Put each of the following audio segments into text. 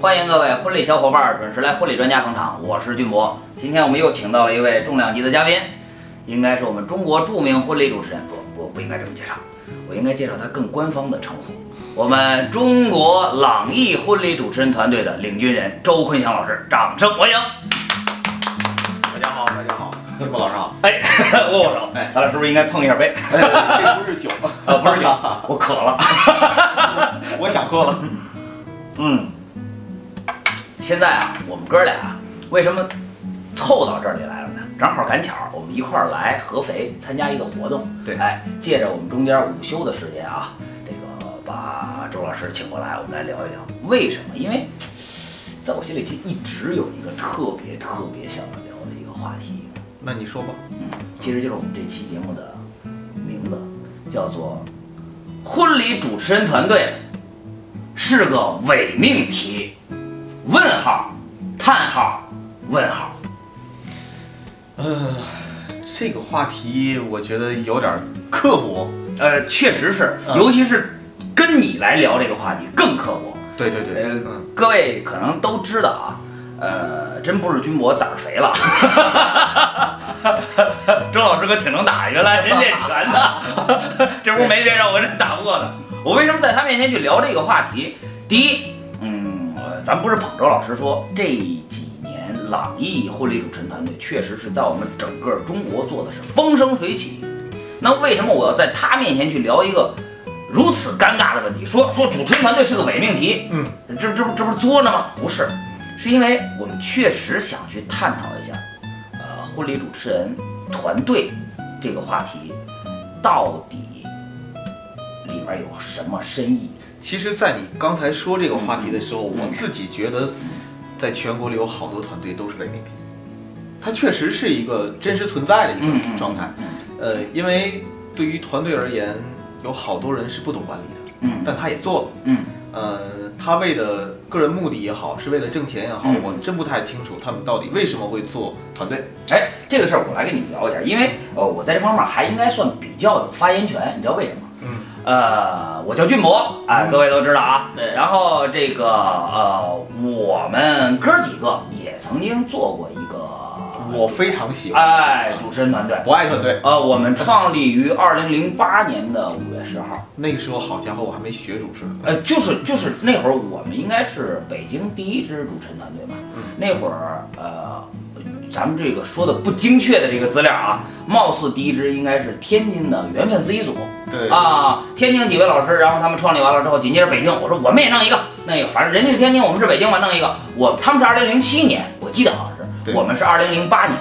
欢迎各位婚礼小伙伴儿准时来婚礼专家捧场，我是俊博。今天我们又请到了一位重量级的嘉宾，应该是我们中国著名婚礼主持人。不，我不应该这么介绍，我应该介绍他更官方的称呼。我们中国朗逸婚礼主持人团队的领军人周坤祥老师，掌声欢迎！大家好，大家好，金波老师好。哎， 握握手，咱俩是不是应该碰一下杯？哎，呃这不是酒，啊，不是酒，我渴了。 我想喝了。嗯，现在啊，我们哥俩为什么凑到这里来了呢？正好赶巧儿，我们一块儿来合肥参加一个活动。对哎，借着我们中间午休的时间啊，这个把周老师请过来，我们来聊一聊为什么？因为在我心里其实一直有一个特别特别想聊的一个话题，那你说吧。嗯，其实就是我们这期节目的名字，叫做“婚礼主持人团队是个伪命题”，问号、叹号、问号。呃，这个话题我觉得有点刻薄。呃，确实是，嗯尤其是跟你来聊这个话题更刻薄。对对对，呃嗯，各位可能都知道啊，呃，真不是君博胆儿肥了， 周老师可挺能打，原来人练拳的， 这屋没别人，我真打不过他。我为什么在他面前去聊这个话题？第一，嗯，呃咱不是捧周老师说，这几年朗逸婚礼主持人团队确实是在我们整个中国做的是风生水起。那为什么我要在他面前去聊一个如此尴尬的问题？说说主持人团队是个伪命题，嗯这这不这不是作呢吗？不是，是因为我们确实想去探讨一下，呃，婚礼主持人团队这个话题到底里面有什么深意？其实，在你刚才说这个话题的时候，我自己觉得，在全国里有好多团队都是伪命题，它确实是一个真实存在的一嗯嗯个状态。嗯呃，因为对于团队而言，有好多人是不懂管理的，嗯但他也做了。嗯呃，他为了个人目的也好，是为了挣钱也好，嗯我真不太清楚他们到底为什么会做团队。哎，这个事儿我来跟你聊一下，因为呃，我在这方面还应该算比较有发言权，你知道为什么？嗯，呃，我叫俊博，哎、嗯各位都知道啊。对然后这个呃，我们哥几个也曾经做过一个，我非常喜欢，啊哎，主持人团队。不爱团队。呃，我们创立于二零零八年的五月十号，那个时候，好家伙，我还没学主持呢。呃，就是就是那会儿我们应该是北京第一支主持人团队嘛。嗯那会儿呃，咱们这个说的不精确的这个资料啊，貌似第一支应该是天津的缘分司仪组对，啊，天津几位老师，然后他们创立完了之后，紧接着北京，我说我们也弄一个，弄一个，反正人家是天津，我们是北京嘛，弄一个。我他们是二零零七年，我记得好像对是，我们是二零零八年，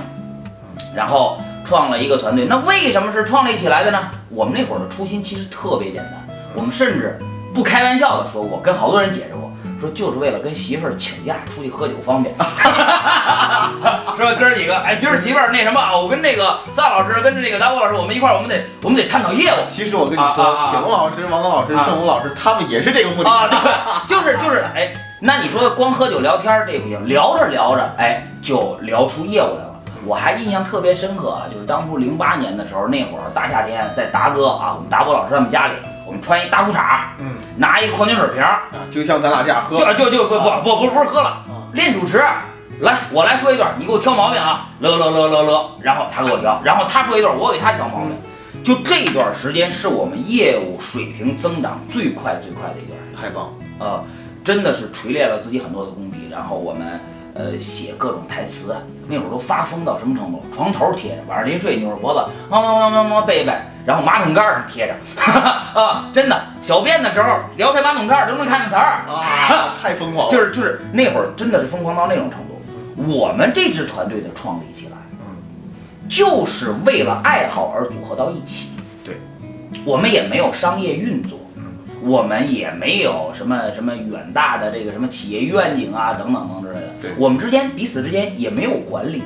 然后创了一个团队。那为什么是创立起来的呢？我们那会儿的初心其实特别简单，我们甚至不开玩笑的说，我跟好多人解释过，说就是为了跟媳妇儿请假出去喝酒方 便，是吧？哥儿几个，哎，今儿媳妇儿那什么啊，我跟那个撒老师跟着那个达沃老师，我们一块儿，我们得我们得探讨业务。其实我跟你啊啊啊说，铁龙老师、王刚老师、啊盛武老师，他们也是这个目的。啊，对，就是就是，哎，那你说光喝酒聊天儿这不行，聊着聊着，哎，就聊出业务来了。我还印象特别深刻啊，就是当初零八年的时候，那会儿大夏天，在达哥啊，我们达波老师他们家里，我们穿一大裤衩儿，嗯，拿一个矿泉水瓶儿，啊就像咱俩这样喝。就就就不不不不不是喝了，啊练主持。来，我来说一段，你给我挑毛病啊，了了了了了，然后他给我挑，然后他说一段，我给他挑毛病。就这段时间是我们业务水平增长最快最快的一段时间。太棒了！呃，真的是锤炼了自己很多的功底。然后我们呃写各种台词，那会儿都发疯到什么程度？床头贴着，晚上临睡扭着脖子，汪汪汪汪汪背一背，然后马桶盖上贴着， 啊，真的，小便的时候撩开马桶盖儿都能看见词儿， 啊，太疯狂了！就是就是那会儿真的是疯狂到那种程度。我们这支团队的创立起来，嗯就是为了爱好而组合到一起。对，我们也没有商业运作嗯，我们也没有什么什么远大的这个什么企业愿景啊等等等之类的。对我们之间彼此之间也没有管理，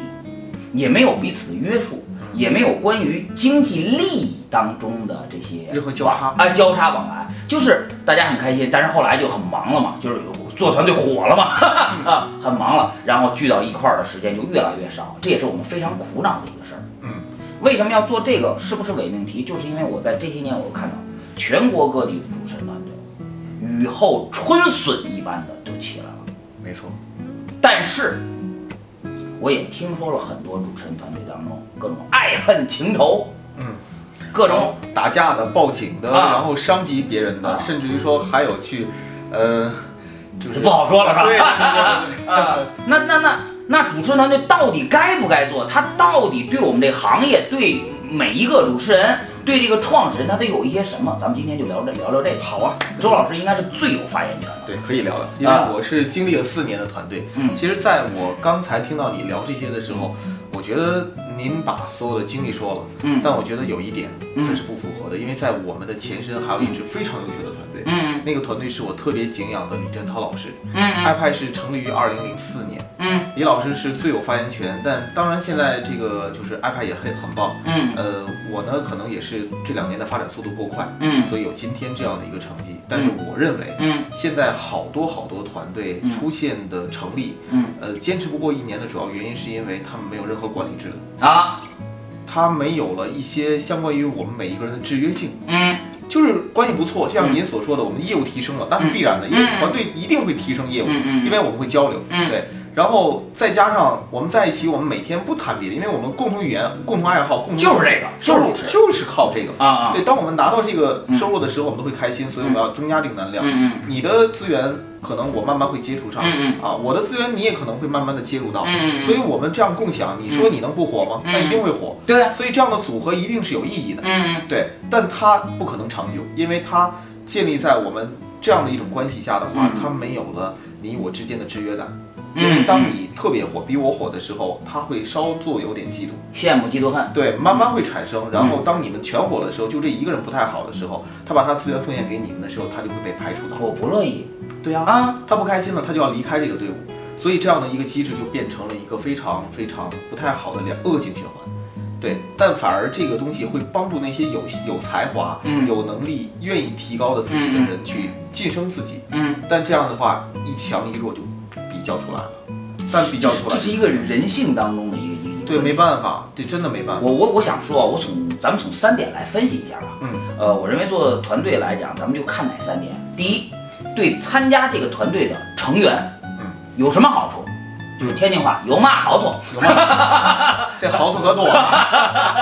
也没有彼此的约束，嗯也没有关于经济利益当中的这些任何交叉往啊交叉往来，就是大家很开心，但是后来就很忙了嘛，就是做团队火了嘛， 啊，很忙了，然后聚到一块儿的时间就越来越少，这也是我们非常苦恼的一个事儿。嗯，为什么要做这个？是不是伪命题？就是因为我在这些年，我看到全国各地的主持人团队雨后春笋一般的就起来了，没错，但是我也听说了很多主持人团队当中各种爱恨情仇，嗯，各然种后打架的、报警的，啊然后伤及别人的，啊甚至于说还有去，呃，就是不好说了是吧对对 对对啊，那那那那主持人团队到底该不该做？他到底对我们这行业、对每一个主持人、对这个创始人，他得有一些什么？咱们今天就聊这，聊聊这个。好啊，周老师应该是最有发言权的。对，可以聊了，因为啊我是经历了四年的团队。嗯其实在我刚才听到你聊这些的时候，我觉得您把所有的经历说了，嗯但我觉得有一点嗯这是不符合的，因为在我们的前身还有一支非常优秀的团队，嗯那个团队是我特别敬仰的李振涛老师。嗯 iPad 是成立于二零零四年，嗯李老师是最有发言权，但当然现在这个就是 iPad 也很很棒。嗯呃，我呢可能也是这两年的发展速度过快，嗯所以有今天这样的一个成绩。但是我认为。嗯现在好多好多团队嗯出现的成立，嗯呃，坚持不过一年的主要原因是因为他们没有任何管理制度，啊他没有了一些相关于我们每一个人的制约性，嗯就是关系不错，就像您所说的，我们业务提升了，那是必然的，因为团队一定会提升业务，嗯嗯因为我们会交流，嗯对。然后再加上我们在一起，我们每天不谈别的，因为我们共同语言、共同爱好、共同就是这个收入就是就是靠这个。啊啊对，当我们拿到这个收入的时候，我们都会开心，所以我们要增加订单量。嗯嗯你的资源可能我慢慢会接触上，嗯啊，我的资源你也可能会慢慢的接触到，嗯嗯所以我们这样共享，你说你能不火吗？嗯那一定会火，对啊所以这样的组合一定是有意义的，嗯对，但它不可能长久，因为它建立在我们这样的一种关系下的话，嗯它没有了你我之间的制约感，因为嗯当你特别火，比我火的时候，他会稍作有点嫉妒，羡慕嫉妒恨对，慢慢会产生，然后嗯当你们全火的时候，就这一个人不太好的时候，他把他资源奉献给你们的时候，他就会被排除到。我不乐意对呀、啊他不开心了，他就要离开这个队伍，所以这样的一个机制就变成了一个非常非常不太好的良恶性循环。对，但反而这个东西会帮助那些有有才华、嗯有能力、愿意提高的自己的人去晋升自己。嗯但这样的话，一强一弱就比较出来了。但比较出来这，是一个人性当中的一个一个对，没办法，这真的没 办法。我我我想说啊，我从咱们从三点来分析一下吧。嗯，呃，我认为做团队来讲，咱们就看哪三点。第一，对参加这个团队的成员，嗯，有什么好处？就是天津话，有嘛好 处？有吗？这好处可多了。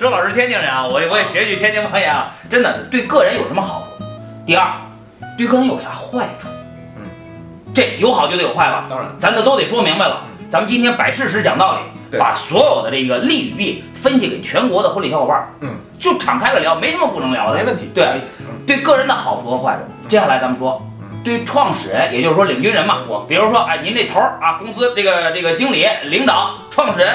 周老师天津人啊，我也我也学句天津方言啊， 真的对个人有什么好处？第二，对个人有啥坏处？嗯，这有好就得有坏吧？当然，咱这都得说明白了。咱们今天摆事实讲道理，嗯对把所有的这个利与弊分析给全国的婚礼小伙伴，嗯，就敞开了聊，没什么不能聊的，啊没问嗯题嗯对，对个人的好处和坏处，接下来咱们说。对创始人，也就是说领军人嘛，我比如说，哎，您这头儿啊，公司这个这个经理、领导、创始人、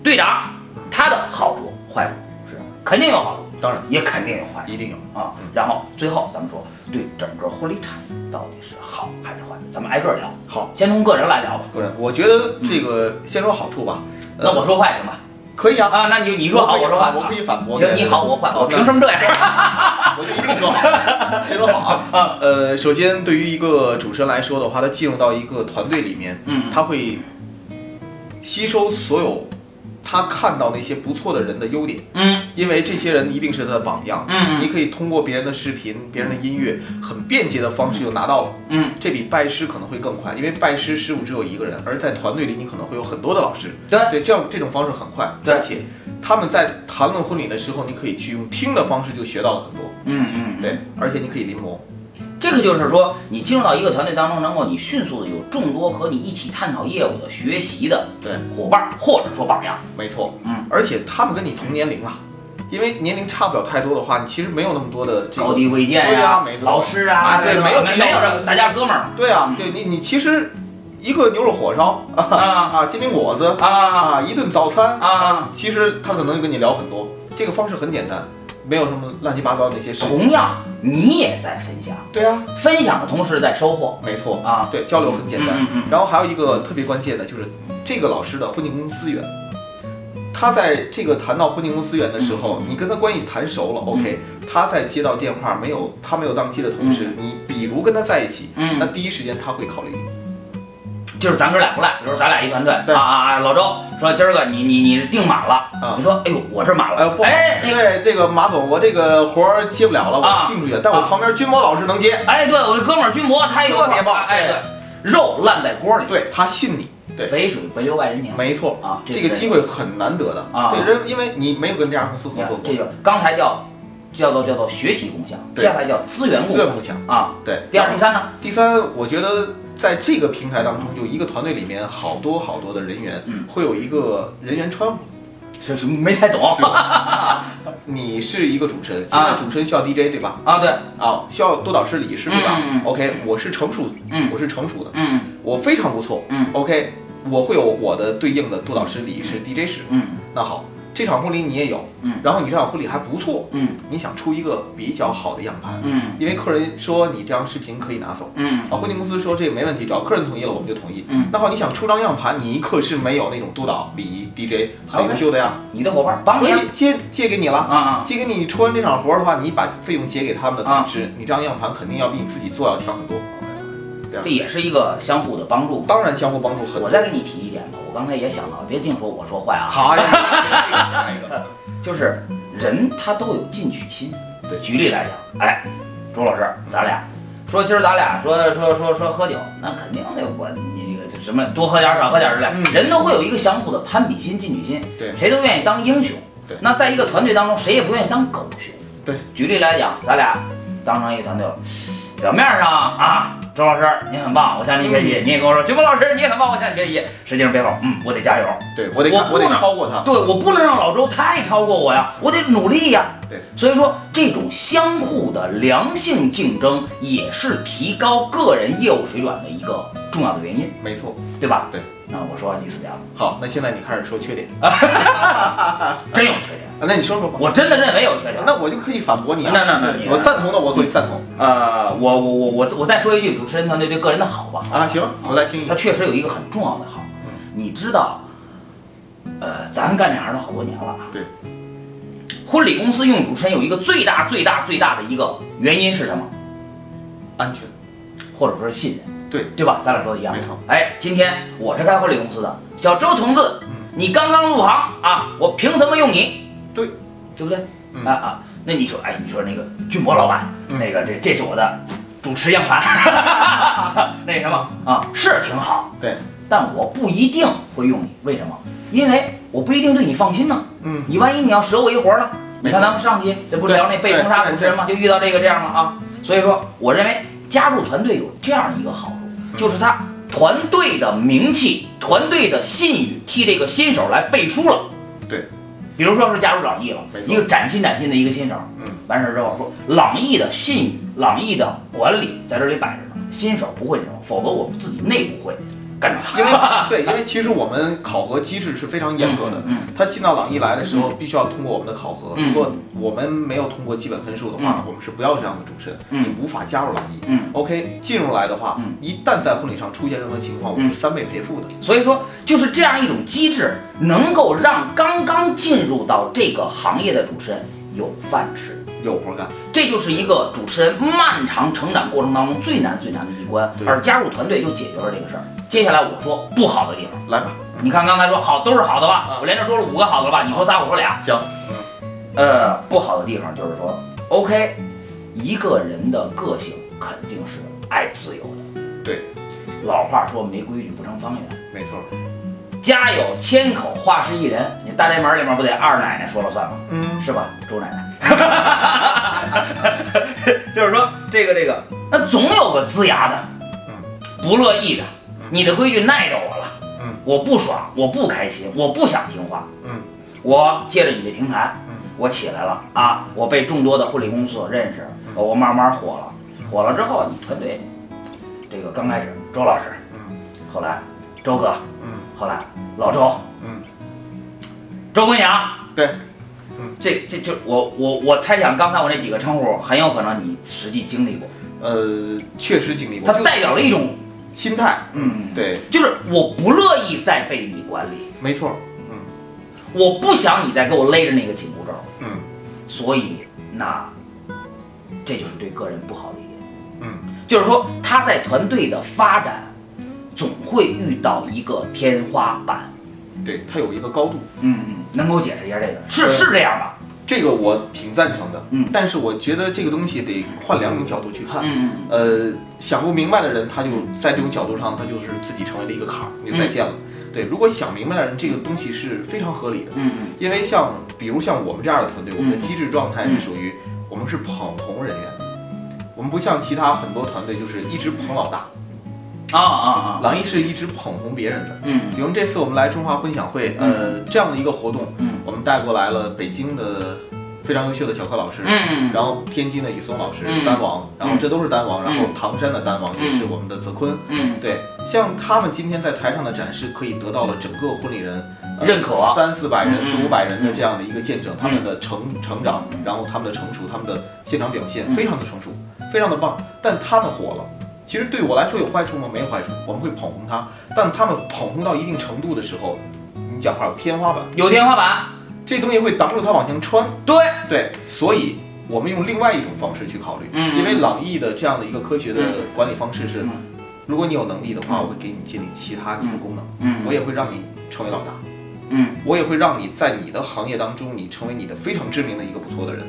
队长，他的好处、坏处是肯定有好处，当然嗯也肯定有坏处一定有。啊。然后最后咱们说，对整个婚礼产业到底是好还是坏，咱们挨个儿聊。好，先从个人来聊吧。个人，我觉得这个先说好处吧。嗯那我呃说坏行吧？可以啊，啊，那你就你说好，可以我说坏，我可以反驳。行，你好，我坏，我那凭什么这样？我就一定 说好，先说好嗯啊。呃，首先对于一个主持人来说的话，他进入到一个团队里面，嗯他会吸收所有他看到那些不错的人的优点，嗯因为这些人一定是他的榜样。嗯你可以通过别人的视频、别人的音乐，很便捷的方式就拿到了。嗯，这比拜师可能会更快，因为拜师师傅只有一个人，而在团队里你可能会有很多的老师。对对，这样这种方式很快，对而且他们在谈论婚礼的时候，你可以去用听的方式就学到了很多。嗯嗯，对，而且你可以临摹。这个就是说，你进入到一个团队当中，能够你迅速的有众多和你一起探讨业务的、学习的对，伙伴，或者说榜样。没错。嗯，而且他们跟你同年龄啊，因为年龄差不了太多的话，你其实没有那么多的这高个。低贵贱对呀啊没，错老师啊，啊对吧没有没必要没有这个，大家哥们 儿对啊，对你你其实一个牛肉火烧啊啊，煎饼果子啊啊，一顿早餐， 啊！其实他可能跟你聊很多。这个方式很简单，没有什么乱七八糟的那些事情。同样，你也在分享，对啊，分享的同时在收获没错，啊。对，交流很简单。嗯嗯然后还有一个特别关键的就是这个老师的婚庆公司源。他在这个谈到婚庆公司源的时候，你跟他关系谈熟了，OK，他在接到电话没有他没有档期的同时，你比如跟他在一起，嗯那嗯，第一时间他会考虑你。就是咱哥俩不赖，比如咱俩一团队对啊啊啊！老周说今儿个你你你订满了啊，你说哎呦我这满哎呦了，不好，哎那对这个马总，我这个活儿接不了了，啊我定出去，但我啊旁边军某老师能接。哎，对，我这哥们儿军博，他也有特别棒哎，对对。肉烂在锅里，对他信你，对，肥水不流外人田没错，啊。这个机会很难得的啊对，人因为你没有跟这家公司合你看作过这，就是刚才叫叫做叫做学习共享，对接下来叫资源共资源享不强。啊。对，第二、第三呢？第三，我觉得在这个平台当中，就一个团队里面好多好多的人员嗯，会有一个人员川普。是是没太懂你是一个主持人，现啊在主持人需要 DJ 对吧？ 啊？对，啊，需要督导师、理师对吧嗯嗯嗯？OK，我是成熟，嗯我是成熟的，嗯我非常不错。嗯 OK，我会有我的对应的督导师、理师、DJ 师。嗯那好，这场婚礼你也有，嗯然后你这场婚礼还不错，嗯你想出一个比较好的样盘，嗯因为客人说你这张视频可以拿走。嗯啊，婚庆公司说这个没问题，只要客人同意了，我们就同意。嗯，那好，你想出张样盘，你一刻是没有那种督导、E 礼仪、DJ 很 OK 优秀的呀，嗯你的伙伴帮可你啊以借借给你了。啊借给你出完这场活儿的话，你把费用结给他们的啊同时，你这张样盘肯定要比你自己做要强很多。啊，这也是一个相互的帮助。当然相互帮助很我多。再给你提一点吧，我刚才也想到了，别净说我说坏啊，好呀， 下一个就是人他都有进取心。对举例来讲，哎，朱老师，咱俩说今儿咱俩说说说说喝酒，那肯定得我你那个什么多喝点儿少喝点儿之类，嗯人都会有一个相互的攀比心、进取心，对谁都愿意当英雄。对那在一个团队当中，谁也不愿意当狗熊。对，举例来讲，咱俩当成一个团队了，表面上啊，周老师你很棒，我向你学嗯习；你也跟我说，九峰老师你也很棒，我向你学习。实际上背后，嗯，我得加油。对我得我不我得能超过他。对我不能让老周太超过我呀，我得努力呀。对，所以说这种相互的良性竞争也是提高个人业务水准的一个重要的原因，没错。对吧？对。那我说完第四点了，好，那现在你开始说缺点，真有缺点，啊那你说说吧。我真的认为有缺点。那我就可以反驳你啊。那那那对你我赞同的我会赞同呃，我我我我我再说一句主持人团队对个人的好吧，啊。行，我再听一他个。确实有一个很重要的好，嗯你知道，呃，咱干这行都好多年了啊。对。婚礼公司用主持人有一个最大最大最大的一个原因是什么？安全，或者说是信任，对对吧？咱俩说的一样，没错。哎，今天我是开婚礼公司的，小周同志，嗯你刚刚入行啊，我凭什么用你？对，对不对？嗯啊啊，那你说，哎，你说那个俊博老板，嗯那个这这是我的主持样 盘，那什么啊，是挺好，对，但我不一定会用你，为什么？因为我不一定对你放心呢。嗯，你万一你要折我一活呢？你没错看咱们上期这不是对聊那被封杀对主持人吗？就遇到这个这样了啊。所以说，我认为加入团队有这样一个好嗯处，就是他团队的名气、团队的信誉替这个新手来背书了。对，比如说是加入朗逸了没，错一个崭新崭新的一个新手，嗯，完事儿之后说朗逸的信誉、朗逸的管理在这里摆着呢，新手不会这种，否则我们自己内部会干掉他。因为对，因为其实我们考核机制是非常严格的。啊嗯，他进到朗逸来的时候，必须要通过我们的考核。嗯如果我们没有通过基本分数的话，我们是不要这样的主持人，嗯你无法加入朗逸。嗯，OK，进入来的话嗯，一旦在婚礼上出现任何情况，我们是三倍赔付的。所以说，就是这样一种机制，能够让刚刚进入到这个行业的主持人有饭吃。有活干，这就是一个主持人漫长成长过程当中最难最难的一关，对而加入团队就解决了这个事儿。接下来我说不好的地方，来吧，你看刚才说好都是好的吧嗯，我连着说了五个好的了吧，你说仨我说俩。啊嗯行，呃，不好的地方就是说，OK，一个人的个性肯定是爱自由的。对，老话说没规矩不成方圆。没错。家有千口，话是一人。你大宅门里面不得二奶奶说了算吗？嗯，是吧，周奶 奶？就是说这个这个，那总有个龇牙的，不乐意的，你的规矩耐着我了，嗯，我不爽，我不开心，我不想听话，嗯，我借着你的平台，嗯，我起来了啊，我被众多的婚礼公司所认识，我慢慢火了，火了之后，你团队这个刚开始周老师，嗯，后来周哥，嗯，后来老周，嗯，周公阳，对，这这就我我我猜想，刚才我那几个称呼很有可能你实际经历过，呃，确实经历过，它就代表了一种，心态，嗯，对，就是我不乐意再被你管理，没错，我不想你再给我勒着那个紧箍咒，嗯，所以那这就是对个人不好的一点，嗯，就是说他在团队的发展总会遇到一个天花板，对，它有一个高度，嗯嗯，能给我解释一下这个？是是这样吧？这个我挺赞成的，嗯但是我觉得这个东西得换两种角度去看。嗯呃，想不明白的人，他就在这种角度上，他就是自己成为了一个坎儿，你就再见了。对，如果想明白的人，这个东西是非常合理的，嗯因为像比如像我们这样的团队，我们的嗯机制状态是属于我们是捧红人员，我们不像其他很多团队就是一直捧老大，嗯，啊啊啊，狼一是一直捧红别人的。嗯比如这次我们来中华婚享会，呃，这样的一个活动，嗯我们带过来了北京的非常优秀的小柯老师，嗯，然后天津的雨松老师嗯单王，然后这都是单王，嗯然后唐山的单王嗯也是我们的泽坤，嗯对，像他们今天在台上的展示，可以得到了整个婚礼人、呃认可三四百人、嗯四五百人的这样的一个见证，他们嗯的成成长，然后他们的成熟，他们的现场表现嗯非常的成熟，非常的棒，但他们火了。其实对我来说有坏处吗？没有坏处，我们会捧红他，但他们捧红到一定程度的时候，你讲话有天花板，有天花板，这东西会挡住他往前穿。对，对，所以我们用另外一种方式去考虑，嗯因为朗逸的这样的一个科学的嗯管理方式是嗯，如果你有能力的话，我会给你建立其他你的功能，嗯，我也会让你成为老大，嗯，我也会让你在你的行业当中，你成为你的非常知名的一个不错的人，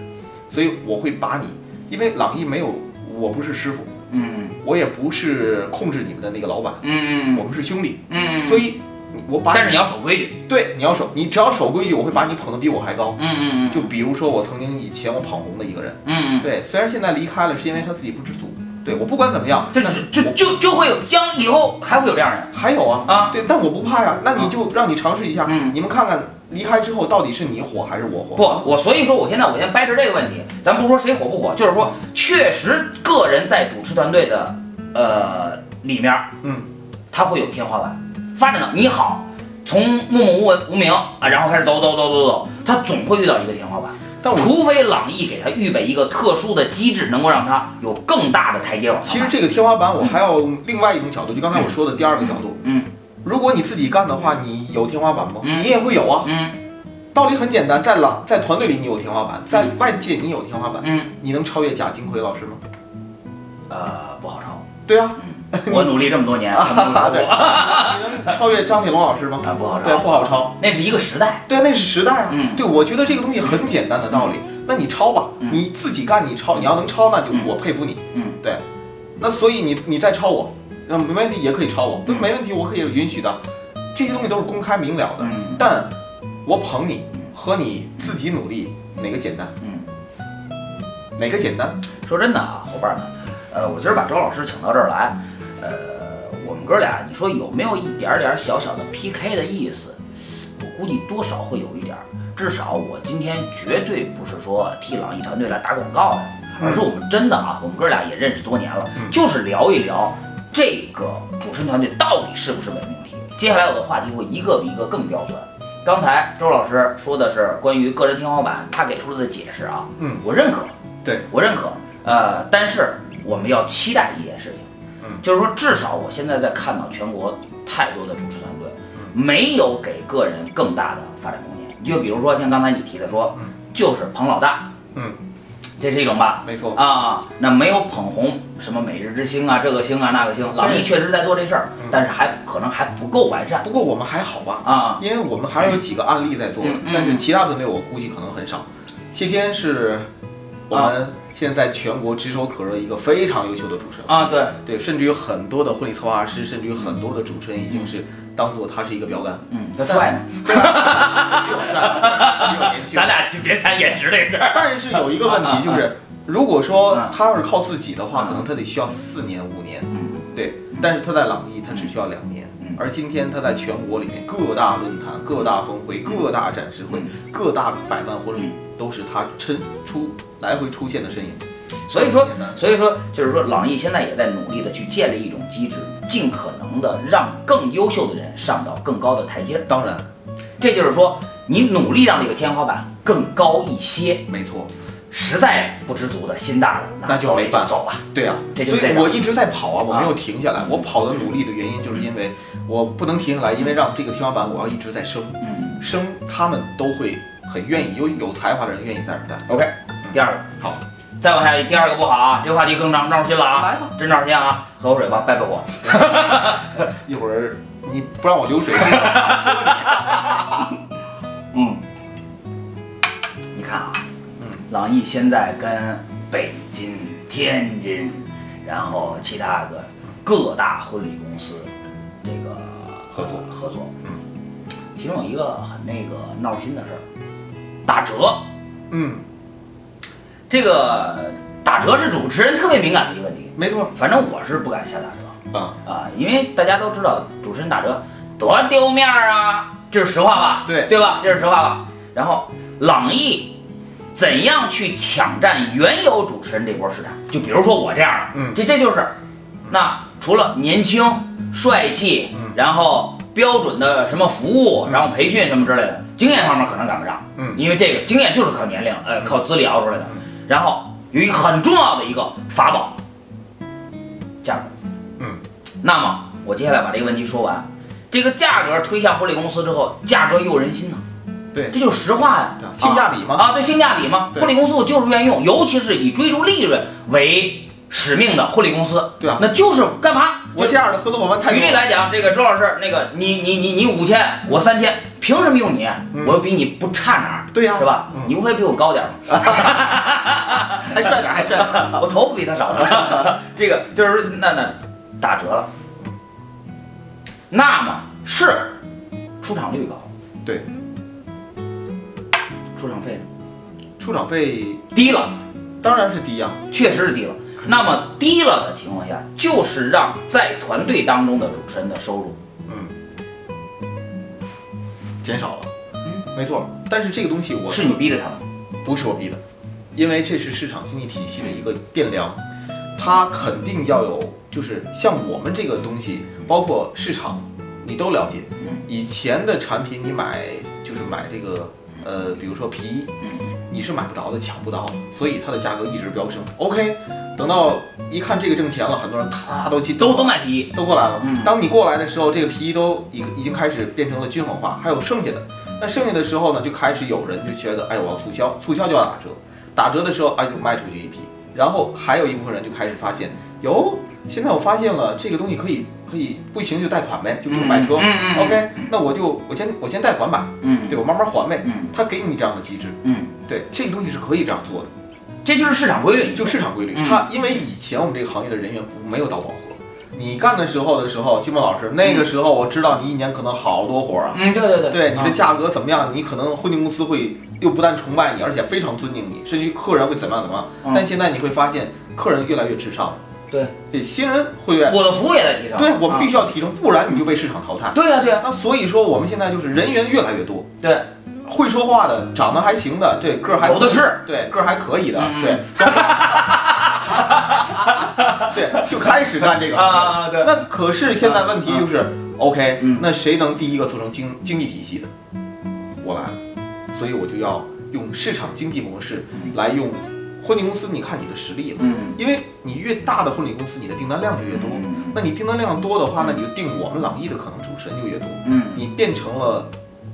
所以我会把你，因为朗逸没有，我不是师傅，嗯我也不是控制你们的那个老板，嗯我们是兄弟，嗯，所以，以你我把但是你要守规矩，对你要守，你只要守规矩，我会把你捧得比我还高。嗯嗯嗯，就比如说我曾经以前我捧红的一个人。嗯嗯，对，虽然现在离开了，是因为他自己不知足。对我不管怎么样，就但是就就就会有将以后还会有这样人还有啊，啊，对，但我不怕呀。那你就让你尝试一下，嗯你们看看离开之后到底是你火还是我火？不，我所以说我现在我先掰扯这个问题，咱不说谁火不火，就是说确实个人在主持团队的呃里面，嗯，他会有天花板，发展到你好，从默默无闻无名啊，然后开始走走走走走，他总会遇到一个天花板，但我除非朗逸给他预备一个特殊的机制，能够让他有更大的台阶往上其爬实这个天花板我还要用另外一种角度，就刚才我说的第二个角度。嗯如果你自己干的话，你有天花板吗？嗯你也会有啊。嗯道理很简单，在朗在团队里你有天花板，在外界你有天花板，嗯，你能超越贾金奎老师吗？呃，不好抄，对啊，嗯，我努力这么多 年，他没有啊抄对过，啊，你能超越张铁龙老师吗？不好对，抄，不好超。那是一个时代，对啊，那是时代啊。嗯 对，我觉得这个东西很简单的道理，那你抄吧，嗯你自己干，你抄，你要能抄，那就嗯我佩服你。嗯，对。那所以你你再抄我，那没问题，也可以抄我，嗯没问题，我可以允许的。这些东西都是公开明了的，嗯但我捧你嗯和你自己努力哪个简单？嗯。哪个简单？说真的啊，伙伴们，呃，我今儿把周老师请到这儿来，呃，我们哥俩，你说有没有一点点小小的 PK 的意思？我估计多少会有一点儿，至少我今天绝对不是说替朗逸团队来打广告的，而是我们真的啊，我们哥俩也认识多年了，嗯就是聊一聊这个主持人团队到底是不是伪命题。接下来我的话题会一个比一个更刁钻。刚才周老师说的是关于个人天花板，他给出的解释啊，嗯，我认可，对我认可，呃，但是我们要期待一件事情，嗯就是说至少我现在在看到全国太多的主持团队嗯没有给个人更大的发展空间，你就比如说像刚才你提的说嗯，就是捧老大，嗯，哦这是一种吧。没错，啊，那没有捧红什么每日之星啊，这个星啊那个星，朗逸确实在做这事儿嗯，但是还可能还不够完善不过我们还好吧，啊。因为我们还有几个案例在做，嗯嗯但是其他团队我估计可能很少。谢天是我们现在全国炙手可热一个非常优秀的主持人啊，对，对，甚至于很多的婚礼策划师，甚至于很多的主持人已经是当做他是一个标杆，嗯，他帅吗？比我帅，比我年轻咱。俩就 别谈颜值这事儿。但是有一个问题就是，如果说啊嗯他要是靠自己的话，嗯可能他得需要四年五年，嗯对。但是他在朗逸，他只需要两年嗯。而今天他在全国里面各大论坛、各大峰嗯会、各大展示会、各大百万婚礼，都是他抻出来回出现的身影。所以说很简单，所以说，就是说，朗逸现在也在努力的去建立一种机制，尽可能的让更优秀的人上到更高的台阶儿。当然这就是说，你努力让这个天花板更高一些，没错，实在不知足的心大的，那就走没也办法走吧。对啊，这就所是这以样我一直在跑啊，我啊没有停下来。我跑的努力的原因，就是因为我不能停下来，因为让这个天花板我要一直在升，嗯升他们都会很愿意，有有才华的人愿意在这儿待。 ，OK，第二个好，再往下第二个不好啊，这个话题更闹闹心了啊，来吧，真闹心啊，喝口水吧，拜拜火。一会儿你不让我流水是吧？嗯，你看啊，朗逸现在跟北京、天津，然后其他个各大婚礼公司这个合作合作。嗯，其中有一个很那个闹心的事儿，打折。嗯，这个打折是主持人特别敏感的一个问题，没错反正我是不敢下打折啊，啊，因为大家都知道主持人打折多丢面儿啊，这是实话吧？对对吧？这是实话吧？然后朗逸怎样去抢占原有主持人这波市场？就比如说我这样的，嗯这这就是，那除了年轻、帅气，嗯然后标准的什么服务，然后培训什么之类的，经验方面可能赶不上，嗯因为这个经验就是靠年龄，呃，靠资历熬出来的嗯。然后有一个很重要的一个法宝，价格。嗯，那么我接下来把这个问题说完，这个价格推向婚礼公司之后，价格诱人心呐，对这就是实话呀对啊，性价比嘛啊，对，性价比嘛，对婚礼公司我就是愿意用，尤其是以追逐利润为使命的婚礼公司，对啊，那就是干嘛？我这样的合作伙伴太举多例了，来讲，这个周老师，那个你你你你五千，我三千，凭什么用你？嗯我又比你不差哪儿，对呀是吧？嗯你无非比我高点儿嘛，还帅点，还帅点， 我头不比他少呢。这个就是说那那打折了，那么是出场率高，对，出场费出场费低了，当然是低呀，确实是低了。那么低了的情况下，就是让在团队当中的主持人的收入减少了，嗯没错。但是这个东西我是你逼着他们，不是我逼的，因为这是市场经济体系的一个变量，它肯定要有，就是像我们这个东西，包括市场，你都了解嗯。以前的产品你买就是买这个，呃，比如说皮衣，你是买不着的，抢不到，所以它的价格一直飙升。OK，等到一看这个挣钱了，很多人啪都进，嗯都都卖第一，都过来了嗯。当你过来的时候，这个皮衣都已已经开始变成了均衡化，还有剩下的。那剩下的时候呢，就开始有人就觉得，哎，我要促销，促销就要打折，打折的时候，哎，就卖出去一批。然后还有一部分人就开始发现，哟，现在我发现了这个东西可以可以不行就贷款呗，就不用买车。嗯嗯嗯 OK，那我就我先我先贷款买，嗯，对我慢慢还呗。嗯他给你这样的机制，嗯，对，这个东西是可以这样做的，这就是市场规律，就市场规律。嗯他因为以前我们这个行业的人员不没有到饱和，你干的时候的时候，金梦老师，那个时候我知道你一年可能好多活儿啊，嗯，对嗯对对，对你的啊价格怎么样？你可能婚庆公司会又不但崇拜你，而且非常尊敬你，甚至于客人会怎么样怎么样。嗯但现在你会发现，客人越来越至上了。对，嗯对，新人会越我的服务也在提升，对啊我们必须，须要提升，不然你就被市场淘汰。对啊呀对呀那所以说，我们现在就是人员越来越多，对，会说话的，长得还行的，这个儿还有的是，对，个儿还可以的，嗯嗯对，对， 就开始干这个。啊对，那可是现在问题就是、o k 嗯那谁能第一个做成经经济体系的？我来，所以我就要用市场经济模式嗯来用婚礼公司，你看你的实力了，嗯，因为你越大的婚礼公司，你的订单量就越多。嗯那你订单量多的话，那你就定我们朗逸的可能主持人就越多，嗯你变成了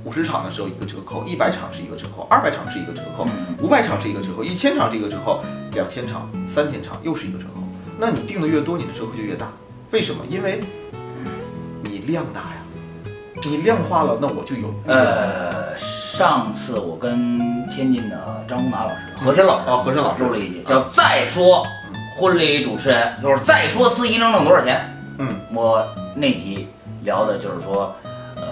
五十场的时候一个折扣，一百场是一个折扣，二百场是一个折扣，嗯，五百场是一个折扣，一千场是一个折扣，两千场、三千场又是一个折扣。那你定的越多，你的折扣就越大。为什么？因为你量大呀，你量化了，那我就有。呃，上次我跟天津的张红马老师、哦何晨老师啊，和珅老师录了一集，叫《再说婚礼主持人》，就是再说司仪能挣多少钱。嗯，我那集聊的就是说，呃，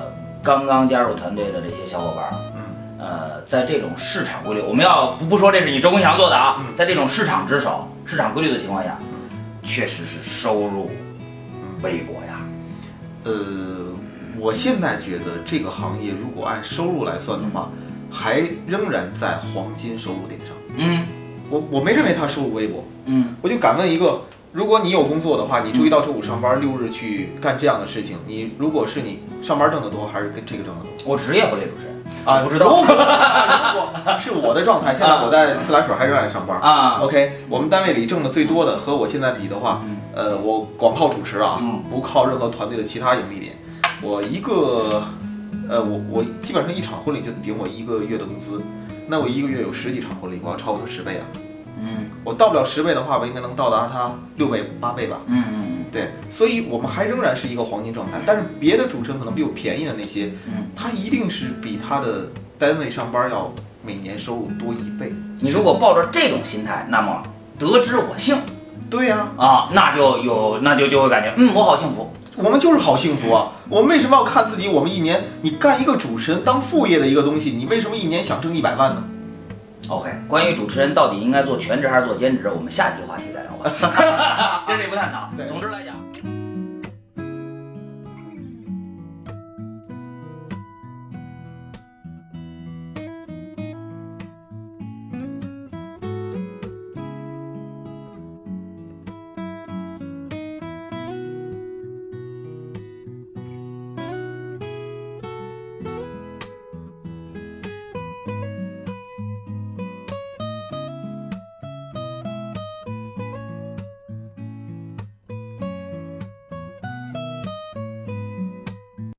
刚刚加入团队的这些小伙伴儿，嗯呃，在这种市场规律，我们要不不说这是你周公强做的啊，嗯在这种市场之手、市场规律的情况下，确实是收入微薄呀。呃，我现在觉得这个行业如果按收入来算的话，还仍然在黄金收入点上。嗯我我没认为它收入微薄，嗯我就敢问一个：如果你有工作的话，你周一到周五上班，六日去干这样的事情，你如果是你上班挣得多，还是跟这个挣得多？我职业婚礼主持人啊，我不知道如果 如果是我的状态，现在我在自来水还仍然上班。啊， OK，我们单位里挣的最多的和我现在比的话，呃，我光靠主持啊嗯，不靠任何团队的其他盈利点，我一个，呃，我我基本上一场婚礼就顶我一个月的工资，那我一个月有十几场婚礼，我要超过它十倍啊，嗯我到不了十倍的话，我应该能到达它六倍八倍吧。嗯嗯对，所以我们还仍然是一个黄金状态。但是别的主持人可能比我便宜的那些，嗯他一定是比他的单位上班要每年收入多一倍。嗯你如果抱着这种心态，那么得之我幸对呀、啊，那就有那就就会感觉，嗯，我好幸福。我们就是好幸福啊！我们为什么要看自己？我们一年你干一个主持人当副业的一个东西，你为什么一年想挣一百万呢？ OK，关于主持人到底应该做全职还是做兼职，我们下期话题再聊吧，这里不探讨 对。总之来讲。